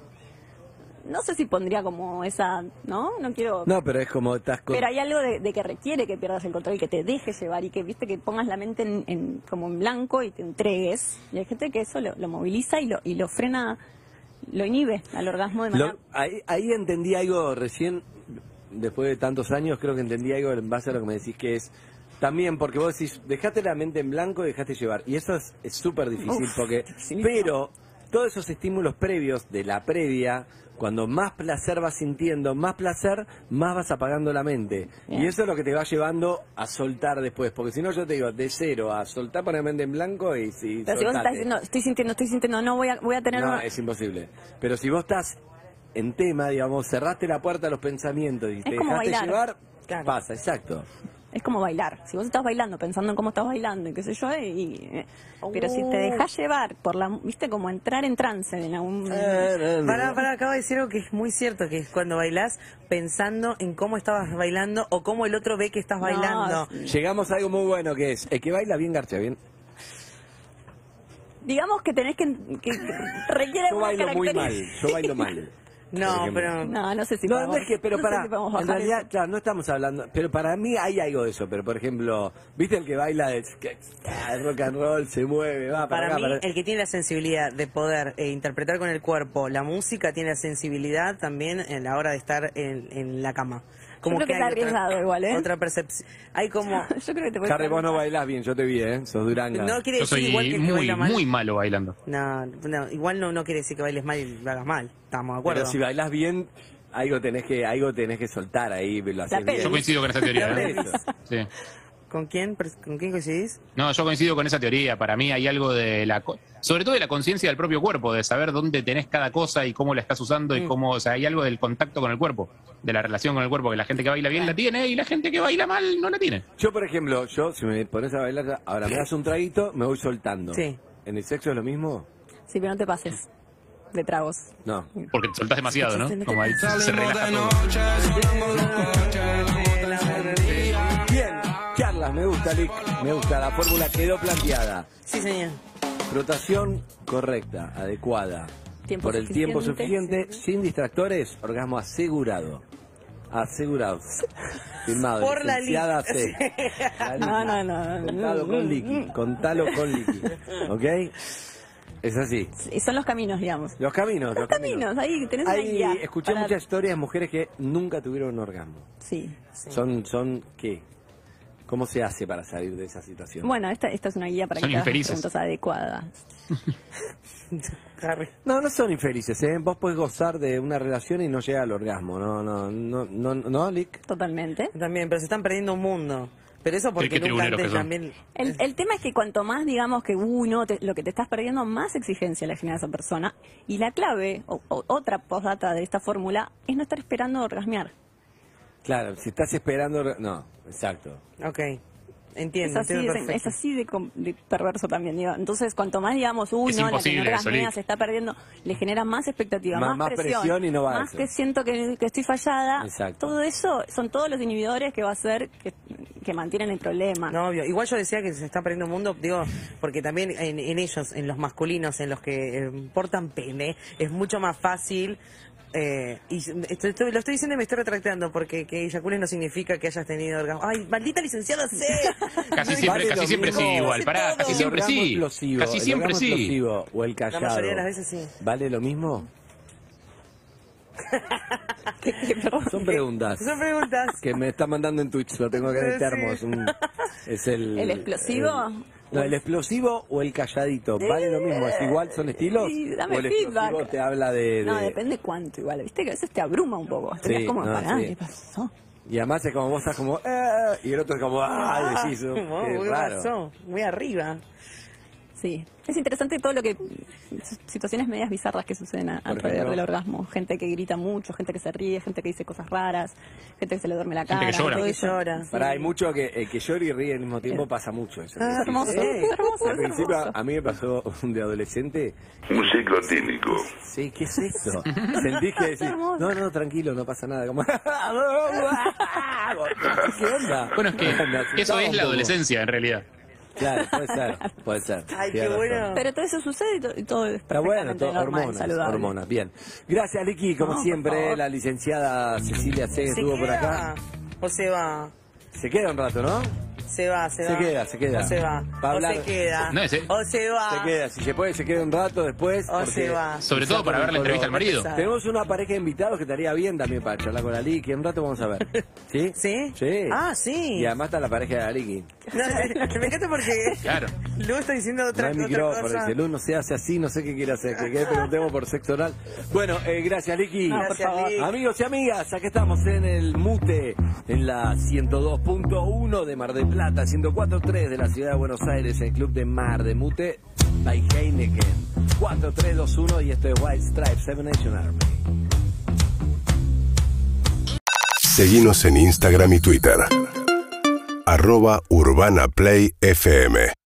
Speaker 4: No sé si pondría como esa, ¿no? No quiero...
Speaker 3: No, pero es como estás con...
Speaker 4: Pero hay algo de, de que requiere que pierdas el control, que te dejes llevar y que viste que pongas la mente en, en- como en blanco y te entregues. Y hay gente que eso lo, lo moviliza y lo, y lo frena, lo inhibe al orgasmo de manera.
Speaker 3: Lo- ahí, ahí entendí algo recién, después de tantos años, creo que entendí algo en base a lo que me decís que es. También, porque vos decís, dejate la mente en blanco y dejaste llevar. Y eso es es súper difícil,
Speaker 4: Uf,
Speaker 3: porque.
Speaker 4: sí.
Speaker 3: Pero todos esos estímulos previos de la previa, cuando más placer vas sintiendo, más placer, más vas apagando la mente.
Speaker 4: Bien.
Speaker 3: Y eso es lo que te va llevando a soltar después. Porque si no, yo te digo, de cero a soltar, poner la mente en blanco y, si
Speaker 4: Pero si vos
Speaker 3: soltate.
Speaker 4: estás diciendo, estoy sintiendo, estoy sintiendo, no voy a, voy a tener.
Speaker 3: No,
Speaker 4: una-
Speaker 3: es imposible. Pero si vos estás en tema, digamos, cerraste la puerta a los pensamientos y te
Speaker 4: como
Speaker 3: dejaste
Speaker 4: bailar.
Speaker 3: llevar,
Speaker 5: Claro.
Speaker 3: pasa, exacto.
Speaker 4: Es como bailar. Si vos estás bailando, pensando en cómo estás bailando y qué sé yo, eh, y, eh, pero si te dejas llevar por la, viste, como entrar en trance en
Speaker 3: Eh,
Speaker 4: algún.
Speaker 5: Pará, pará, acabo de decir algo que es muy cierto, que es cuando bailás pensando en cómo estabas bailando o cómo el otro ve que estás
Speaker 4: No,
Speaker 5: bailando.
Speaker 3: Llegamos a algo muy bueno que es, el que baila bien garcha, bien.
Speaker 4: Digamos que tenés que, que, que requiere
Speaker 3: Yo
Speaker 4: una
Speaker 3: bailo muy mal,
Speaker 4: característica.
Speaker 3: yo bailo mal.
Speaker 5: No,
Speaker 3: Por ejemplo.
Speaker 5: pero...
Speaker 4: No, no sé si
Speaker 3: no, no
Speaker 4: podemos-
Speaker 3: es que, pero
Speaker 4: no sé
Speaker 3: para,
Speaker 4: si podemos
Speaker 3: en
Speaker 4: bajar
Speaker 3: realidad, claro, no estamos hablando, pero para mí hay algo de eso, pero por ejemplo, ¿viste el que baila de que- ah, rock and roll, se mueve, va para,
Speaker 5: Para
Speaker 3: acá,
Speaker 5: mí,
Speaker 3: para-
Speaker 5: el que tiene la sensibilidad de poder eh, interpretar con el cuerpo la música, tiene la sensibilidad también en la hora de estar en, en la cama.
Speaker 4: Yo creo que
Speaker 5: hay
Speaker 4: está arriesgado igual, ¿eh?
Speaker 5: Otra percepción. Hay como...
Speaker 4: Yo creo que te puede
Speaker 3: Harry, vos no bailás bien, yo te vi, ¿eh? Sos duranga.
Speaker 5: No quiere
Speaker 6: Yo
Speaker 5: decir
Speaker 6: soy
Speaker 5: igual que el que
Speaker 6: muy,
Speaker 5: baila mal.
Speaker 6: muy malo bailando.
Speaker 5: No, no, igual no, no quiere decir que bailes mal y lo hagas mal. Estamos de acuerdo.
Speaker 3: Pero si bailás bien, algo tenés que, algo tenés que soltar ahí, lo haces
Speaker 4: pelvis.
Speaker 3: bien.
Speaker 6: Yo coincido con esa teoría. ¿eh?
Speaker 3: Eso.
Speaker 6: Sí.
Speaker 5: ¿Con quién? pres- ¿Con quién coincidís?
Speaker 6: No, yo coincido con esa teoría. Para mí hay algo de la. co- Sobre todo de la conciencia del propio cuerpo, de saber dónde tenés cada cosa y cómo la estás usando
Speaker 5: Mm.
Speaker 6: y cómo. O sea, hay algo del contacto con el cuerpo, de la relación con el cuerpo, que la gente que baila bien la tiene y la gente que baila mal no la tiene.
Speaker 3: Yo, por ejemplo, yo, si me pones a bailar, ahora me das un traguito, me voy soltando.
Speaker 5: Sí.
Speaker 3: ¿En el sexo es lo mismo?
Speaker 4: Sí, pero no te pases de tragos.
Speaker 3: No.
Speaker 5: Mm.
Speaker 6: Porque te soltás demasiado, ¿no? Como ahí se relaja todo.
Speaker 3: Bien, charlas, me gusta, Lick. Me gusta, la fórmula quedó planteada.
Speaker 5: Sí, señor.
Speaker 3: Rotación correcta, adecuada.
Speaker 4: Tiempo
Speaker 3: por el tiempo
Speaker 4: suficiente,
Speaker 3: suficiente, sin distractores, orgasmo asegurado. Asegurado. Firmado.
Speaker 5: Por la
Speaker 3: licenciada
Speaker 5: lic-
Speaker 3: C. La
Speaker 4: No, Ah, no, no, no.
Speaker 3: Contalo con
Speaker 4: Mm,
Speaker 3: liqui. Contalo con liqui. ¿Ok? Es así.
Speaker 4: Sí, mm, Son los caminos, digamos.
Speaker 3: Los caminos, los,
Speaker 4: Los caminos, ahí tenés una
Speaker 3: Hay,
Speaker 4: guía.
Speaker 3: escuché
Speaker 4: para-
Speaker 3: muchas historias de mujeres que nunca tuvieron un orgasmo.
Speaker 4: Sí.
Speaker 3: Son, son, ¿qué? ¿Cómo se hace para salir de esa situación?
Speaker 4: Bueno, esta, esta es una guía para
Speaker 6: Son
Speaker 4: que te hagas las
Speaker 6: infelices.
Speaker 4: preguntas adecuadas.
Speaker 5: Harry.
Speaker 3: No, no son infelices, ¿eh? Vos podés gozar de una relación y no llegar al orgasmo. No, no, no, no, no, Lic.
Speaker 4: Totalmente.
Speaker 5: También, pero se están perdiendo un mundo. Pero eso porque
Speaker 6: qué
Speaker 5: nunca
Speaker 6: tribuneros
Speaker 5: antes
Speaker 6: que son.
Speaker 5: también.
Speaker 4: El, el tema es que cuanto más digamos que uno, lo que te estás perdiendo, más exigencia le genera a esa persona. Y la clave, o, o- otra postdata de esta fórmula, es no estar esperando orgasmear.
Speaker 3: Claro, si estás esperando... orga- No, exacto.
Speaker 5: Ok. Entiendo,
Speaker 4: es, así,
Speaker 5: entiendo
Speaker 4: de-
Speaker 5: perfecto.
Speaker 4: es así de, com- de perverso también. digo. Entonces, cuanto más digamos, uy,
Speaker 6: Es
Speaker 4: no, la que no
Speaker 6: imposible,
Speaker 4: orgasmea
Speaker 6: Solís.
Speaker 4: se está perdiendo, le genera más expectativa,
Speaker 3: Más-
Speaker 4: más,
Speaker 3: más
Speaker 4: presión,
Speaker 3: presión y no va a
Speaker 4: más
Speaker 3: ser.
Speaker 4: que siento que, que estoy fallada.
Speaker 3: Exacto.
Speaker 4: Todo eso son todos los inhibidores que va a hacer que, que mantienen el problema.
Speaker 5: No, obvio. Igual yo decía que se está perdiendo un mundo, digo, porque también en, en ellos, en los masculinos, en los que eh, portan pene, es mucho más fácil. eh, y esto- esto- lo estoy diciendo y me estoy retractando porque que eyacules no significa que hayas tenido orgasmo. ay maldita licenciada C
Speaker 6: Casi siempre,
Speaker 3: Vale
Speaker 6: casi
Speaker 3: lo
Speaker 6: siempre sí,
Speaker 3: mismo.
Speaker 6: igual.
Speaker 5: Hace
Speaker 6: Pará,
Speaker 5: todo.
Speaker 6: casi
Speaker 3: El
Speaker 6: siempre
Speaker 3: orgasmo
Speaker 6: sí.
Speaker 3: explosivo,
Speaker 6: Casi
Speaker 3: el
Speaker 6: siempre
Speaker 3: orgasmo
Speaker 6: sí.
Speaker 3: explosivo o el callado.
Speaker 5: mayoría de las veces sí.
Speaker 3: ¿Vale lo mismo? Son preguntas
Speaker 5: son preguntas
Speaker 3: que me está mandando en Twitch, lo tengo acá en el termo. Es, un- es el,
Speaker 4: ¿El explosivo?
Speaker 3: el- no, el explosivo o el calladito. Vale lo mismo, es igual, son estilos.
Speaker 4: Sí, dame
Speaker 3: o el explosivo
Speaker 4: feedback.
Speaker 3: te habla de.
Speaker 4: No,
Speaker 3: eh, de-
Speaker 4: depende cuánto igual. Viste que a veces te abruma un poco.
Speaker 3: Sí,
Speaker 4: Estás como,
Speaker 3: no,
Speaker 4: pará,
Speaker 3: sí.
Speaker 4: ¿qué pasó?
Speaker 3: Y además es como vos estás como. "Eh", y el otro es como. ¡Ah! Decís, "Oh,
Speaker 5: Wow,
Speaker 3: qué
Speaker 5: muy
Speaker 3: raro".
Speaker 5: razón, muy arriba
Speaker 4: Sí. Es interesante todo lo que... Situaciones medias bizarras que suceden a- alrededor
Speaker 3: ejemplo.
Speaker 4: del orgasmo. Gente que grita mucho, gente que se ríe, gente que dice cosas raras, gente que se le duerme la cara.
Speaker 6: Gente que llora.
Speaker 4: todo
Speaker 5: que
Speaker 4: eso.
Speaker 5: llora
Speaker 3: Pará, hay mucho que, eh, que llora y ríe al mismo tiempo, pasa mucho eso.
Speaker 5: Ah,
Speaker 3: Sí. Eh,
Speaker 4: Eh. Hermoso,
Speaker 5: Sí.
Speaker 4: es hermoso,
Speaker 3: Al
Speaker 4: es
Speaker 3: principio
Speaker 4: hermoso.
Speaker 3: a mí me pasó de adolescente.
Speaker 1: Un ciclo tínico.
Speaker 3: Sí, ¿qué es esto? Sentí que decís,
Speaker 4: hermoso.
Speaker 3: no, no, tranquilo, no pasa nada. Como, ¿Qué onda?
Speaker 6: Bueno, es que
Speaker 3: Me asustaba
Speaker 6: eso es
Speaker 3: un
Speaker 6: la
Speaker 3: poco.
Speaker 6: adolescencia, en realidad.
Speaker 3: Claro, puede ser, puede ser.
Speaker 5: Ay,
Speaker 3: Tienes
Speaker 5: qué
Speaker 3: razón.
Speaker 5: bueno.
Speaker 4: Pero todo eso sucede y to- y todo es
Speaker 3: Está bueno,
Speaker 4: perfectamente
Speaker 3: todo,
Speaker 4: normal,
Speaker 3: hormonas,
Speaker 4: saludable.
Speaker 3: hormonas, bien. Gracias, Liki, como
Speaker 4: No, por
Speaker 3: siempre,
Speaker 4: favor.
Speaker 3: la licenciada Cecilia C.
Speaker 5: se
Speaker 3: estuvo por
Speaker 5: queda
Speaker 3: acá.
Speaker 5: o se va
Speaker 3: Se queda un rato, ¿no?
Speaker 5: se va se,
Speaker 3: Se
Speaker 5: va
Speaker 3: queda, se queda.
Speaker 5: o se va
Speaker 3: Va a
Speaker 5: o
Speaker 3: hablar-
Speaker 5: se queda
Speaker 6: No, ese-
Speaker 5: o se va
Speaker 3: Se queda, si se puede, se queda un rato después.
Speaker 5: O Ah. Oh, se
Speaker 3: porque-
Speaker 5: va.
Speaker 6: Sobre todo para ver la entrevista al marido.
Speaker 5: Exacto.
Speaker 3: Tenemos una pareja de invitados que estaría bien también para charlar con la Liki. En un rato vamos a ver. ¿Sí?
Speaker 5: ¿Sí?
Speaker 3: Sí.
Speaker 5: Ah, sí.
Speaker 3: Y además está la pareja de la Liki.
Speaker 5: No, me encanta porque
Speaker 6: Claro.
Speaker 5: luego está diciendo
Speaker 3: No
Speaker 5: otra,
Speaker 3: hay
Speaker 5: otra
Speaker 3: micrófono,
Speaker 5: cosa.
Speaker 3: dice Luz no se hace así, no sé qué quiere hacer, que, que preguntemos por sexo oral. Bueno, eh, gracias Liki.
Speaker 5: No, por Gracias, favor. Lic.
Speaker 3: Amigos y amigas, aquí estamos en el Mute, en la 102.1 de Mar del Plata, 104.3 de la Ciudad de Buenos Aires, el Club de Mar de Mute, by Heineken. 4321 y esto es White Stripes, Seven Nation Army.
Speaker 1: Seguimos en Instagram y Twitter. Arroba Urbana Play FM.